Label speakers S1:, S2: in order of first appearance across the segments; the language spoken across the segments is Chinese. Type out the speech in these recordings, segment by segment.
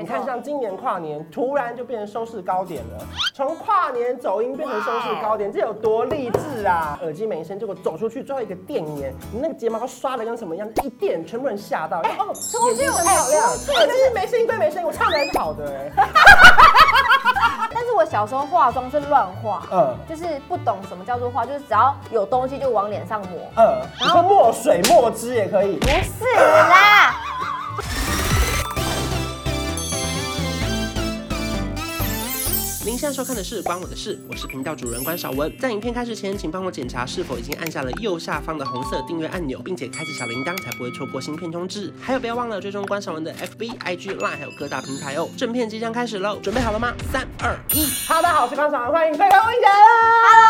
S1: 你看，像今年跨年突然就变成收视高点了，从跨年走音变成收视高点，这有多励志啊！耳机没声，结果走出去最后一个电眼，你那个睫毛膏刷的跟什么一样，一电，全部人吓到。哎，哦，
S2: 出去
S1: 眼睛
S2: 我
S1: 真漂亮，
S2: 出去
S1: 耳机没声音对没声音，我唱的还是好的哎。
S2: 但是我小时候化妆是乱化，
S1: 嗯
S2: 就是不懂什么叫做化，就是只要有东西就往脸上抹。
S1: 呃，你说墨水、墨汁也可以。
S2: 不是啦，
S3: 您现在收看的是《关我的事》，我是频道主人关少文。在影片开始前，请帮我检查是否已经按下了右下方的红色订阅按钮，并且开启小铃铛，才不会错过新片通知。还有，不要忘了追踪关少文的 FB、IG、Line，还有各大平台哦。正片即将开始喽，准备好了吗？三、二、一。
S1: Hello，大家好，我是康爽，欢迎快看问一下啦。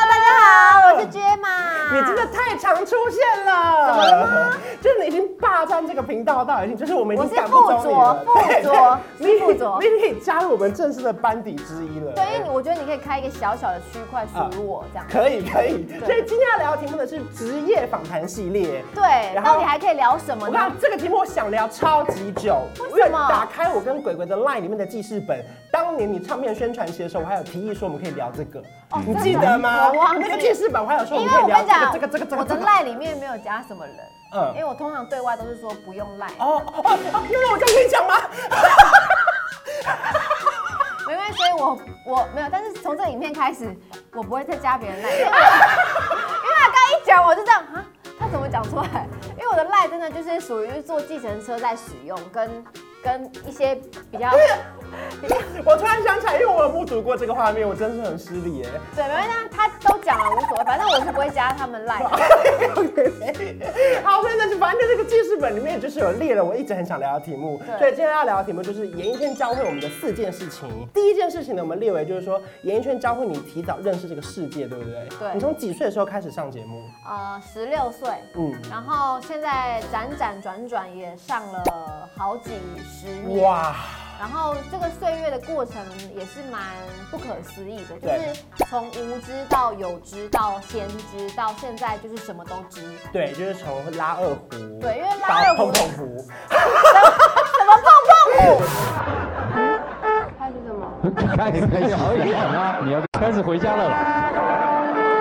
S2: 大家好，我是 j 嘛。
S1: 嗯你真的太常出现了，怎么了就是你已经霸占这个频道到已经，就是我们已经赶不走你了。
S2: 我 是附着
S1: 对对
S2: 附着是附着
S1: 你你可以加入我们正式的班底之一了。
S2: 对，因为你我觉得你可以开一个小小的区块属于我这样。
S1: 嗯可以可以。
S2: 对
S1: 所以今天要聊的题目呢是职业访谈系列。
S2: 对，
S1: 然后
S2: 到底还可以聊什么
S1: 我
S2: 呢
S1: 看？这个题目我想聊超级久，
S2: 为什么
S1: 因打开我跟鬼鬼的 LINE 里面的记事本，当年你唱片宣传期的时候，我还有提议说我们可以聊这个，
S2: 哦
S1: 你记得吗？
S2: 真的我忘记
S1: 那个记事本我还有说我
S2: 因
S1: 们
S2: 为
S1: 可以聊
S2: 我跟你讲，
S1: 这个这个这个这个
S2: 我
S1: 这
S2: 的
S1: 个。
S2: 赖里面没有加什么人，
S1: 嗯
S2: 因为我通常对外都是说不用赖，
S1: 哦哦哦，那那我这样可以讲吗？
S2: 没关系，所以我我没有，但是从这影片开始，我不会再加别人赖， 因为我因为他刚一讲我就这样啊，他怎么讲出来？因为我的赖真的就是属于坐计程车在使用，跟跟一些比较。
S1: 我突然想起来，因为我有目睹过这个画面，我真是很失礼耶。
S2: 对，没关系啊，他都讲了无所谓，反正我是不会加他们 line 的。
S1: 好，所以呢，反正就这个记事本里面就是有列了我一直很想聊的题目，
S2: 对
S1: 所以今天要聊的题目就是演艺圈教会我们的四件事情。第一件事情呢，我们列为就是说，演艺圈教会你提早认识这个世界，对不对？
S2: 对
S1: 你从几岁的时候开始上节目？
S2: 呃，十六岁，
S1: 嗯
S2: 嗯，然后现在辗辗转转也上了好几十年，
S1: 哇，
S2: 然后这个岁月的过程也是蛮不可思议的，就
S1: 对
S2: 是从无知到有知到先知到现在就是什么都知，
S1: 对，就是从拉二胡，
S2: 对因为拉二胡
S1: 到碰碰胡，
S2: 什么碰碰舞，开始什么？
S4: 开始可以好一点啊！你要开始回家了啦。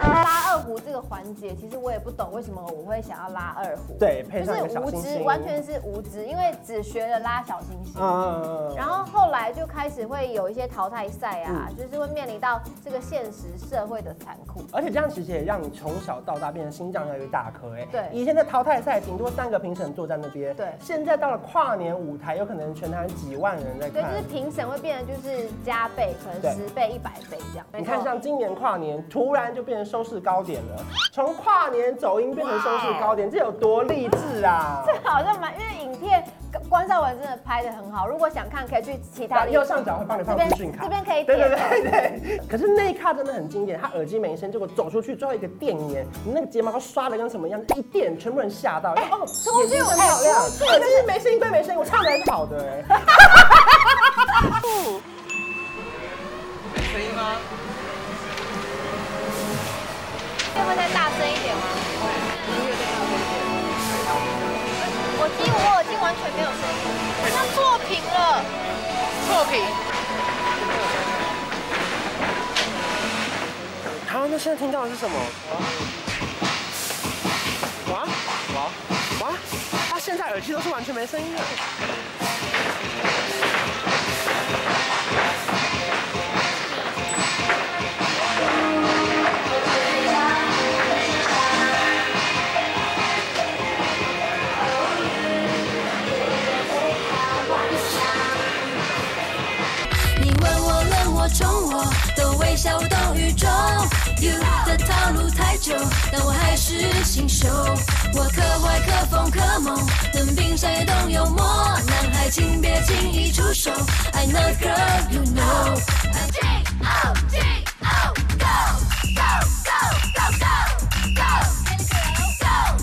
S2: 拉二胡这个环节，其实我也不懂为什么我会想要拉二胡，
S1: 对配
S2: 就
S1: 上一个
S2: 是
S1: 小
S2: 无
S1: 星
S2: 知，
S1: 星
S2: 完全是无知，因为只学了拉小星星。
S1: 嗯，
S2: 然后后来就开始会有一些淘汰赛啊，就是会面临到这个现实社会的残酷。
S1: 而且这样其实也让你从小到大变成心脏越来越大颗哎。
S2: 对
S1: 以前的淘汰赛顶多三个评审坐在那边，
S2: 对
S1: 现在到了跨年舞台，有可能全台几万人在
S2: 对，就
S1: 看
S2: 是。评审会变得就是加倍，可
S1: 嗯对
S2: 能十倍、一百倍这样。
S1: 你看，
S2: 没错
S1: 像今年跨
S2: 嗯
S1: 年突然就变成收视高点了，从跨年走音变成收视高点，这有多励志啊！
S2: 这 好像蛮，因为影片关少文真的拍的很好，如果想看可以去其他地
S1: 右上角会帮你
S2: 哦这
S1: 放
S2: 边
S1: 资讯卡，
S2: 这边可以
S1: 对对
S2: 点。
S1: 对对。可是那一卡真的很经典，他耳机没声，结果走出去最后一个电眼，你那个睫毛膏刷的跟什么一样，一电，全部人吓到。
S2: 哎
S1: 哦，
S2: 出去
S1: 眼睛
S2: 我
S1: 真
S2: 才
S1: 漂亮，
S2: 出去
S1: 耳机没声音对没声音，我唱的还是好的哎。
S5: 可以会再大声一点吗？我听我耳机完全没有声音，好像错屏了。错屏。
S1: 好，那现在听到的是什么？哇哇哇！他现在耳机都是完全没声音的。
S6: 你问我冷我宠我的微笑无动于衷，You 的套路太久，但我还是新手。我可坏可疯可猛，冷冰山也动幽默。男孩请别轻易出手，I'm a girl you know。G O G O Go Go Go Go Go Go Go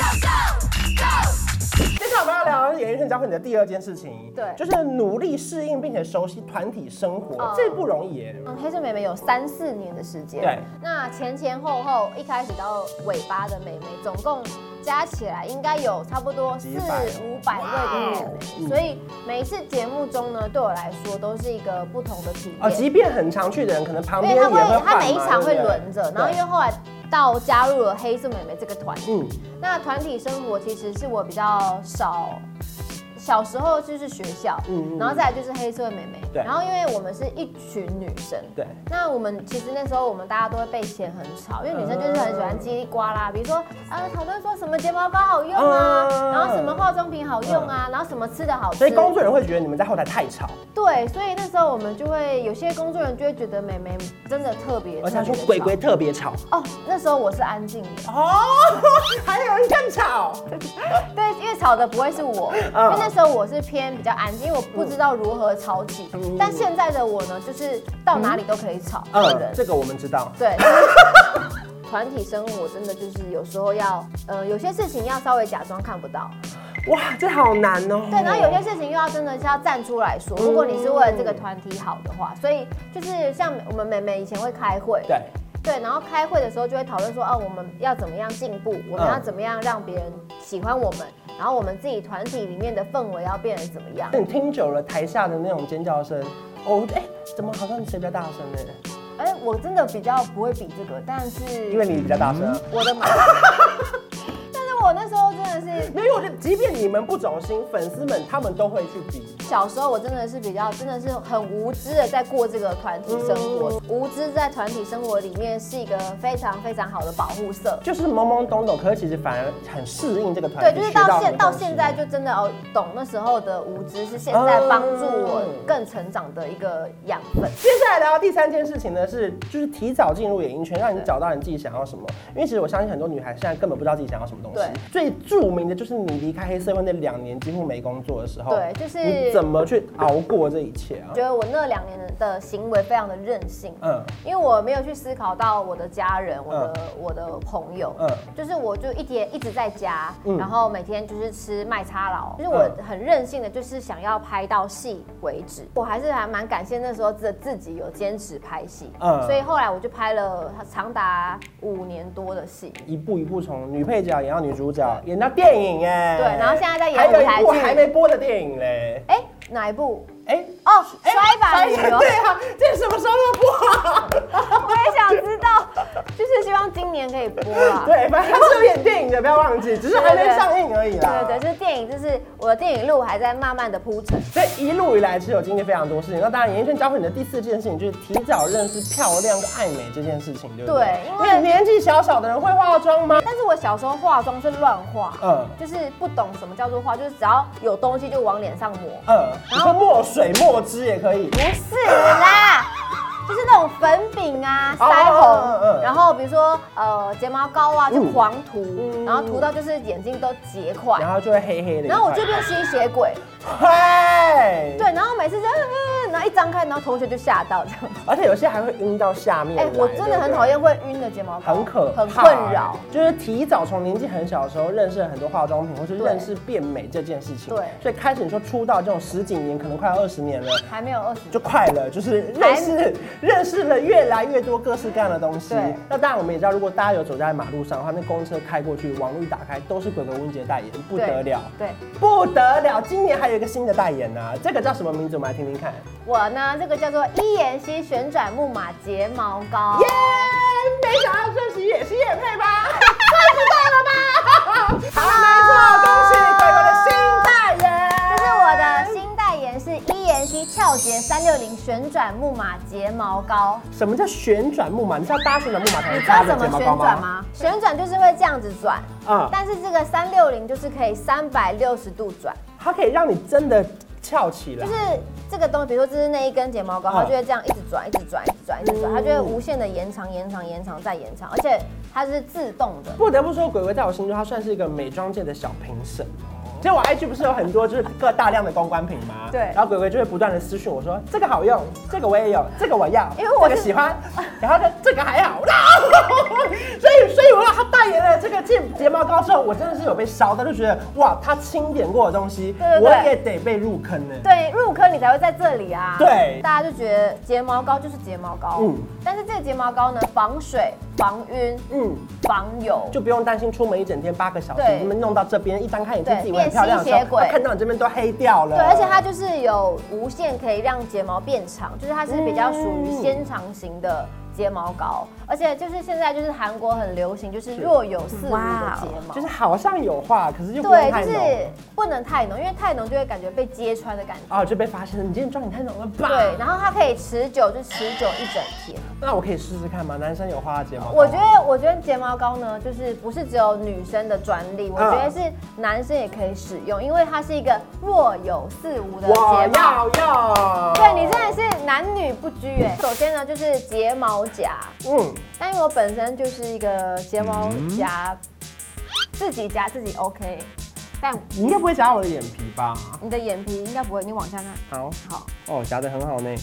S6: Go Go Go Go。
S1: 接下来我们要聊的是演艺圈道会你的第二件事情，
S2: 对
S1: 就是努力适应并且熟悉团体生活，
S2: 嗯
S1: 这不容易耶。
S2: 嗯，黑色妹妹有三四年的时间，
S1: 对，
S2: 那前前后后一开始到尾巴的妹妹，总共加起来应该有差不多四
S1: 几百
S2: 五百位的妹
S1: 哦
S2: 妹，所以每一次节目中呢，对我来说都是一个不同的体
S1: 哦，
S2: 验，
S1: 即便很常去的人，可能旁
S2: 因
S1: 边
S2: 为
S1: 也会
S2: 她
S1: 换
S2: 会
S1: 嘛
S2: 她每一场会轮
S1: 对
S2: 着，
S1: 不对
S2: 然后因为后来到加入了黑色妹妹这个团体，
S1: 嗯，
S2: 那团体生活其实是我比较少，小时候就是学校，
S1: 嗯嗯嗯
S2: 然后再来就是黑社会妹妹，
S1: 对
S2: 然后因为我们是一群女生，
S1: 对，
S2: 那我们其实那时候我们大家都会被嫌很吵，因为女生就是很喜欢叽里呱啦，比如说呃讨论说什么睫毛膏好用啊，
S1: 嗯
S2: 然后什么化妆品好用啊，然后什么吃的好吃，
S1: 所以工作人会觉得你们在后台太吵，
S2: 对，所以那时候我们就会有些工作人员就会觉得妹妹真的特别，
S1: 而且他说
S2: 特别地
S1: 鬼
S2: 吵
S1: 鬼特别吵
S2: 哦，那时候我是安静的。
S1: 哦，还有人更吵，
S2: 对，因为吵的不会是我，因为那时候我是偏比较安静，因为我不知道如何吵起。但现在的我呢，就是到哪里都可以吵的
S1: 嗯
S2: 人，。
S1: 这个我们知道，
S2: 对。 团体生活真的就是有时候要，呃，有些事情要稍微假装看不到，
S1: 哇，这好难哦。
S2: 对，然后有些事情又要真的是要站出来
S1: 嗯
S2: 说，如果你是为了这个团体好的话，所以就是像我们妹妹以前会开会，
S1: 对，
S2: 对，然后开会的时候就会讨论说，啊，我们要怎么样进步，我们
S1: 嗯
S2: 要怎么样让别人喜欢我们，然后我们自己团体里面的氛围要变得怎么样？
S1: 但你听久了台下的那种尖叫声，哦，哎，怎么好像谁比较大声呢？
S2: 哎，我真的比较不会比这个，但是
S1: 因为你比较大声啊。
S2: 我的妈，但是我那时候真的是
S1: 没有，我觉得即便你们不走心，粉丝们他们都会去比。
S2: 小时候，我真的是比较真的是很无知的在过这个团体生
S1: 嗯
S2: 活，无知在团体生活里面是一个非常非常好的保护色。
S1: 就是懵懵懂懂，可是其实反而很适应这个团
S2: 对，
S1: 体。
S2: 就是
S1: 学
S2: 到
S1: 很
S2: 现
S1: 多
S2: 到
S1: 东西
S2: 现在就真的哦，懂那时候的无知是现在帮助我
S1: 嗯
S2: 更成长的一个养分。
S1: 接下来聊到第三件事情呢，是就是提早进入演艺圈，让你找到你自己想要什么。因为其实我相信很多女孩现在根本不知道自己想要什么东西。最著名的就是你离开黑社会那两年几乎没工作的时候，
S2: 对就是
S1: 你怎么去熬过这一切啊
S2: 我？觉得我那两年的行为非常的任性，
S1: 嗯，
S2: 因为我没有去思考到我的家人、我的、我的朋友，
S1: 嗯
S2: 就是我就一天一直在家，
S1: 嗯
S2: 然后每天就是吃麦茶劳，就是我很任性的，就是想要拍到戏为止。我还是还蛮感谢那时候自自己有坚持拍戏，
S1: 嗯
S2: 所以后来我就拍了长达五年多的戏。
S1: 一步一步从女配角演到女主角，演到电影哎、
S2: 对然后现在在演
S1: 还有
S2: 舞台
S1: 一部
S2: 剧
S1: 还没播的电影嘞，
S2: 哎，哪一部？
S1: 哎、
S2: 哦，
S1: 哎
S2: 摔吧女
S1: 摔
S2: 哦
S1: 对！啊，这什么时候播啊？
S2: 我也想知道，就是希望今年可以播啦。
S1: 对，反正他是有演电影的，不要忘记，只是还没上映而已啦。
S2: 对对，就是电影，就是我的电影路还在慢慢的铺陈。
S1: 所以一路以来，其实有经历非常多事情。那当然，演艺圈教会你的第四件事情就是提早认识漂亮跟爱美这件事情，对不对？
S2: 对因为
S1: 因为年纪小小的人会化妆吗？
S2: 但是我小时候化妆是乱化，
S1: 嗯
S2: 就是不懂什么叫做化，就是只要有东西就往脸上抹，
S1: 嗯，你说墨水、墨汁也可以
S2: 不。是啦， 就是那种粉饼啊、
S1: 哦
S2: 腮
S1: 嗯嗯
S2: 红，
S1: 嗯
S2: 然后比如说呃睫毛膏啊就
S1: 嗯
S2: 狂涂，
S1: 嗯
S2: 然后涂到就是眼睛都结块，
S1: 然后嗯就会黑黑的一块，
S2: 然后我就变吸血鬼，
S1: 嗨，
S2: 对，然后每次就嗯嗯，然后一张开，然后同学就吓到这样。
S1: 而且有些还会晕到下面来。
S2: 哎、我真的很讨
S1: 对不对，
S2: 厌会晕的睫毛膏，
S1: 很可怕欸
S2: 很困扰。，
S1: 就是提早从年纪很小的时候认识了很多化妆品，或是
S2: 对
S1: 认识变美这件事情。
S2: 对
S1: 所以开始你说出道这种十几年，可能快要二十年了，
S2: 还没有二十，
S1: 就快了，就是认识 认识了越来越多各式各样的东西
S2: 对。
S1: 那当然我们也知道，如果大家有走在马路上的话，那公车开过去，网络一打开都是鬼鬼温杰代言，不得了，
S2: 对对
S1: 不得了！今年还有一个新的代言呢、啊这个叫什么名字？我们来听听看。
S2: 我呢这个叫做伊妍希旋转木马睫毛膏。
S1: 耶、没想到这是也是也配 吧？太不对了吧？好了，没错，恭喜鬼鬼的新代言。
S2: 这是我的新代言，是伊妍希俏洁三六零旋转木马睫毛膏。
S1: 什么叫旋转木马？你知道搭旋转木马才能
S2: 你知
S1: 搭
S2: 道
S1: 的
S2: 怎
S1: 睫
S2: 么
S1: 毛
S2: 旋
S1: 膏
S2: 转
S1: 吗？
S2: 吗？啊旋转就是会这样子转，
S1: 嗯
S2: 但是这个三六零就是可以三百六十度转，
S1: 它可以让你真的翘起来
S2: 就。是这个东西，比如说这是那一根睫毛膏，
S1: 嗯
S2: 它就会这样一直转，一直转，一直转，一直转，它就会无限的延长、延长、延长再延长，而且它是自动的。
S1: 不得不说，鬼鬼在我心中，他算是一个美妆界的小评审。其实我 IG 不是有很多就是各大量的公关品吗？
S2: 对
S1: 然后鬼鬼就会不断的私讯我说这个好用，这个我也有，这个我要，
S2: 因为我
S1: 这个
S2: 是
S1: 喜欢， 然后呢这个还好， 所以所以我让他代言了这个睫睫毛膏之后，我真的是有被烧到，就觉得哇，他清点过的东西，
S2: 对对对
S1: 我也得被入坑呢。
S2: 对，入坑你才会在这里啊。
S1: 对
S2: 大家就觉得睫毛膏就是睫毛膏，
S1: 嗯
S2: 嗯，但是这个睫毛膏呢，防水、防晕、
S1: 嗯，
S2: 防油，
S1: 就不用担心出门一整天八个小时，
S2: 对
S1: 你们弄到这边一张开眼睛
S2: 对
S1: 自以为很漂亮的时候
S2: 变吸血鬼
S1: 他看到你这边都黑掉了。
S2: 对，而且它就是有无限可以让睫毛变长，就是它是比较属于纤长型的睫毛膏，
S1: 嗯
S2: 而且就是现在就是韩国很流行，就是若有似无的
S1: 哦
S2: 睫毛，
S1: 就是好像有话，可是又不用
S2: 哦对，
S1: 太
S2: 就
S1: 浓。
S2: 是不能太浓，因为太浓就会感觉被揭穿的感觉。
S1: 啊，就被发现了，你今天妆也太浓了吧？
S2: 对，，然后它可以持久，就持久一整天。
S1: 那我可以试试看吗？男生有花睫毛膏吗？
S2: 我觉得，我觉得睫毛膏呢，就是不是只有女生的专利，我
S1: 嗯
S2: 觉得是男生也可以使用，因为它是一个若有似无的睫
S1: 我
S2: 毛膏。
S1: 要要。
S2: 对你真的是男女不拘哎。首先呢，就是睫毛夹，
S1: 嗯，
S2: 但因为我本身就是一个睫毛夹，自己夹自己 OK，但
S1: 你应该不会夹我的眼皮吧？
S2: 你的眼皮应该不会，你往下看，
S1: 好，
S2: 好，
S1: 哦，夹得很好呢。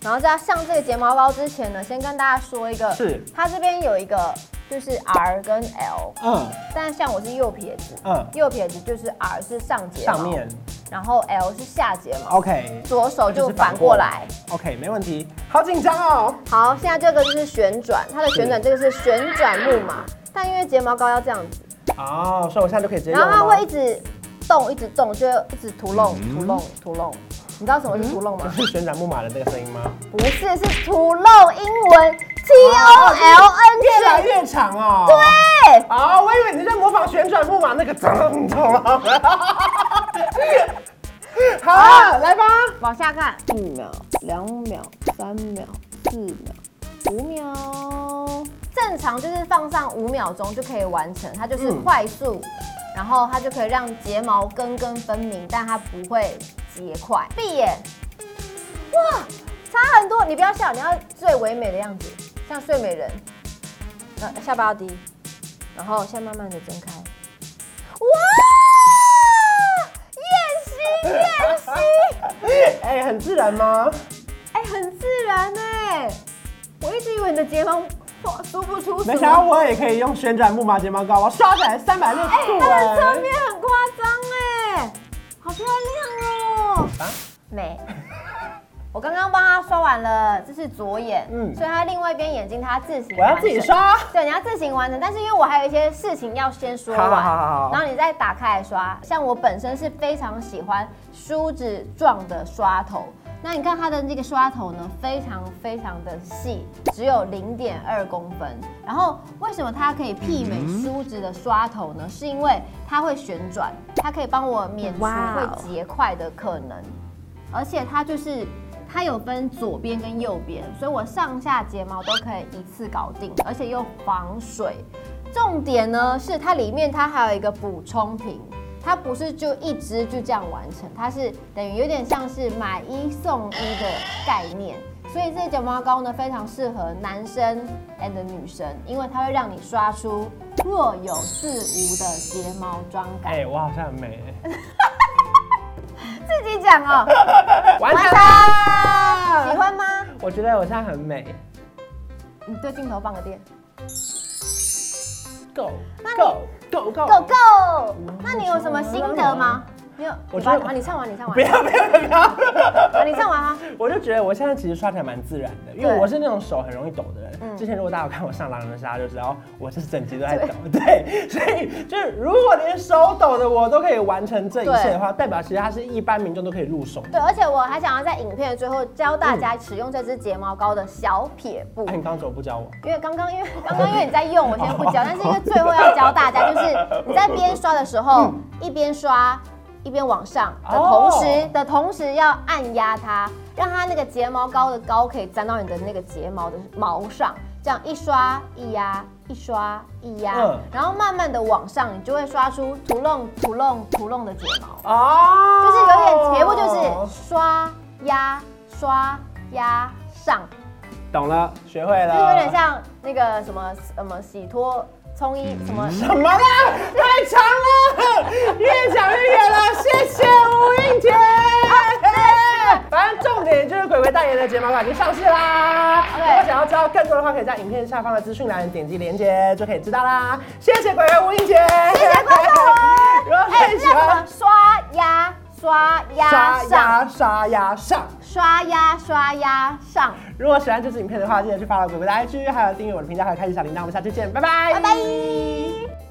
S2: 然后在上这个睫毛膏之前呢，先跟大家说一个，
S1: 是
S2: 它这边有一个就是 R 跟 L，
S1: 嗯
S2: 但像我是右撇子，
S1: 嗯，
S2: 右撇子就是 R 是上睫毛，
S1: 上面
S2: 然后 L 是下睫毛，
S1: OK
S2: 左手就反过来。
S1: OK，没问题。好紧张哦。
S2: 好，现在这个就是旋转，它的旋转这个是旋转木马，但因为睫毛膏要这样子，
S1: 哦，所以我现在就可以直接用
S2: 然后
S1: 了
S2: 它
S1: 吗
S2: 会一直动，一直动，就会一直涂弄、涂弄、涂弄。你知道什么是涂弄吗？
S1: 是旋转木马的那个声音吗？
S2: 不是，是涂弄英文 T O L
S1: 越来
S2: N G。
S1: 越长哦。
S2: 对，
S1: 啊、我以为你在模仿旋转木马那个 咚咚。好、来吧。
S2: 往下看，一秒、两秒、三秒、四秒、五秒。正常就是放上五秒钟就可以完成，它就是快速，然后它就可以让睫毛根根分明，但它不会结块。闭眼，哇，差很多！你不要笑，你要最唯美的样子，像睡美人。呃，下巴要低，然后先慢慢的睁开。哇，燕西，燕西。
S1: 哎、很自然吗？
S2: 哎、很自然哎、我一直以为你的睫毛哇梳不出什
S1: 没想到
S2: 么，
S1: 我也可以用旋转木马睫毛膏，我刷起来三百六十度
S2: 它的
S1: 哎
S2: 侧。面很夸张哎，好漂亮哦、
S1: 啊
S2: 美。我刚刚帮他刷完了，这是左眼，
S1: 嗯
S2: 嗯，所以他另外一边眼睛他自行，
S1: 我要自己。刷。
S2: 对，你要自行完成，但是因为我还有一些事情要先说
S1: 好
S2: 完，
S1: 好好好好
S2: 然后你再打开来刷。像我本身是非常喜欢梳子状的刷头，那你看它的那个刷头呢，非常非常的细，只有零点二公分。然后为什么它可以媲
S1: 嗯
S2: 美梳子的刷头呢？是因为它会旋转，它可以帮我免除
S5: 哇
S2: 会
S5: 哦
S2: 结块的可能。而且它就是它有分左边跟右边，所以我上下睫毛都可以一次搞定，而且又防水。重点呢是它里面它还有一个补充品，它不是就一支就这样完成，它是等于有点像是买一送一的概念。所以这睫毛膏呢，非常适合男生 and 女生，因为它会让你刷出若有似无的睫毛妆感。
S1: 哎、我好像很美、
S2: 自己讲哦，
S1: 完
S2: 完
S1: 成
S2: 成，喜
S1: 了。
S2: 欢吗？
S1: 我觉得我现在很美。
S2: 你对镜头放个电
S1: Go go go go
S2: ，Go Go！那你有什么心得吗？你有，
S1: 嗯我
S2: 你
S1: 觉得
S2: 把把你唱完，你唱
S1: 不
S2: 完，
S1: 要不要不
S2: 啊
S1: 要！
S2: 你唱 完啊！
S1: 我就觉得我现在其实刷起来蛮自然的，因为
S2: 对
S1: 我是那种手很容易抖的人。
S2: 嗯
S1: 之前如果大家有看我上狼人杀，就知道我是整集都在抖。 对，所以就是如果连手抖的我都可以完成这一切的话，代表其实它是一般民众都可以入手的。
S2: 对，而且我还想要在影片的最后教大家使用这支睫毛膏的小撇步
S1: 哎，。你刚刚怎么不教我？
S2: 因为刚刚因为刚刚因为你在用，我先 不教，但是因为最后要教大家，就是你在边刷的时候，
S1: 嗯
S2: 一边刷一边往上的
S1: 哦
S2: 同时的同时要按压它，让它那个睫毛膏的膏可以沾到你的那个睫毛的毛上，这样一刷一压。一刷一压
S1: 嗯，
S2: 然后慢慢的往上，你就会刷出涂弄涂弄涂弄的睫毛。
S1: 哦，
S2: 就是有点撇步，就是刷压刷压上，
S1: 懂了，学会
S2: 就
S1: 了。
S2: 是有点像那个什么什么洗脱、冲衣
S1: 嗯
S2: 什么。
S1: 什么啦？太长了，越讲越远了。谢谢吴映洁。反正重点就是鬼鬼代言的睫毛膏已经上市啦。
S2: OK
S1: 如果想要知道更多的话，可以在影片下方的资讯栏点击链接就可以知道啦。谢谢鬼鬼吴映洁，谢
S2: 谢谢观众们
S1: 如果
S2: 哎，
S1: 很
S2: 那
S1: 喜
S2: 什么
S1: 欢，
S2: 刷牙、刷
S1: 刷
S2: 牙上、
S1: 牙刷牙上。
S2: 刷牙、刷牙上，
S1: 如果喜欢这支影片的话，记得去发到鬼鬼的 IG，还有订阅我的频道，还有开启小铃铛。我们下期见，拜拜，
S2: 拜拜。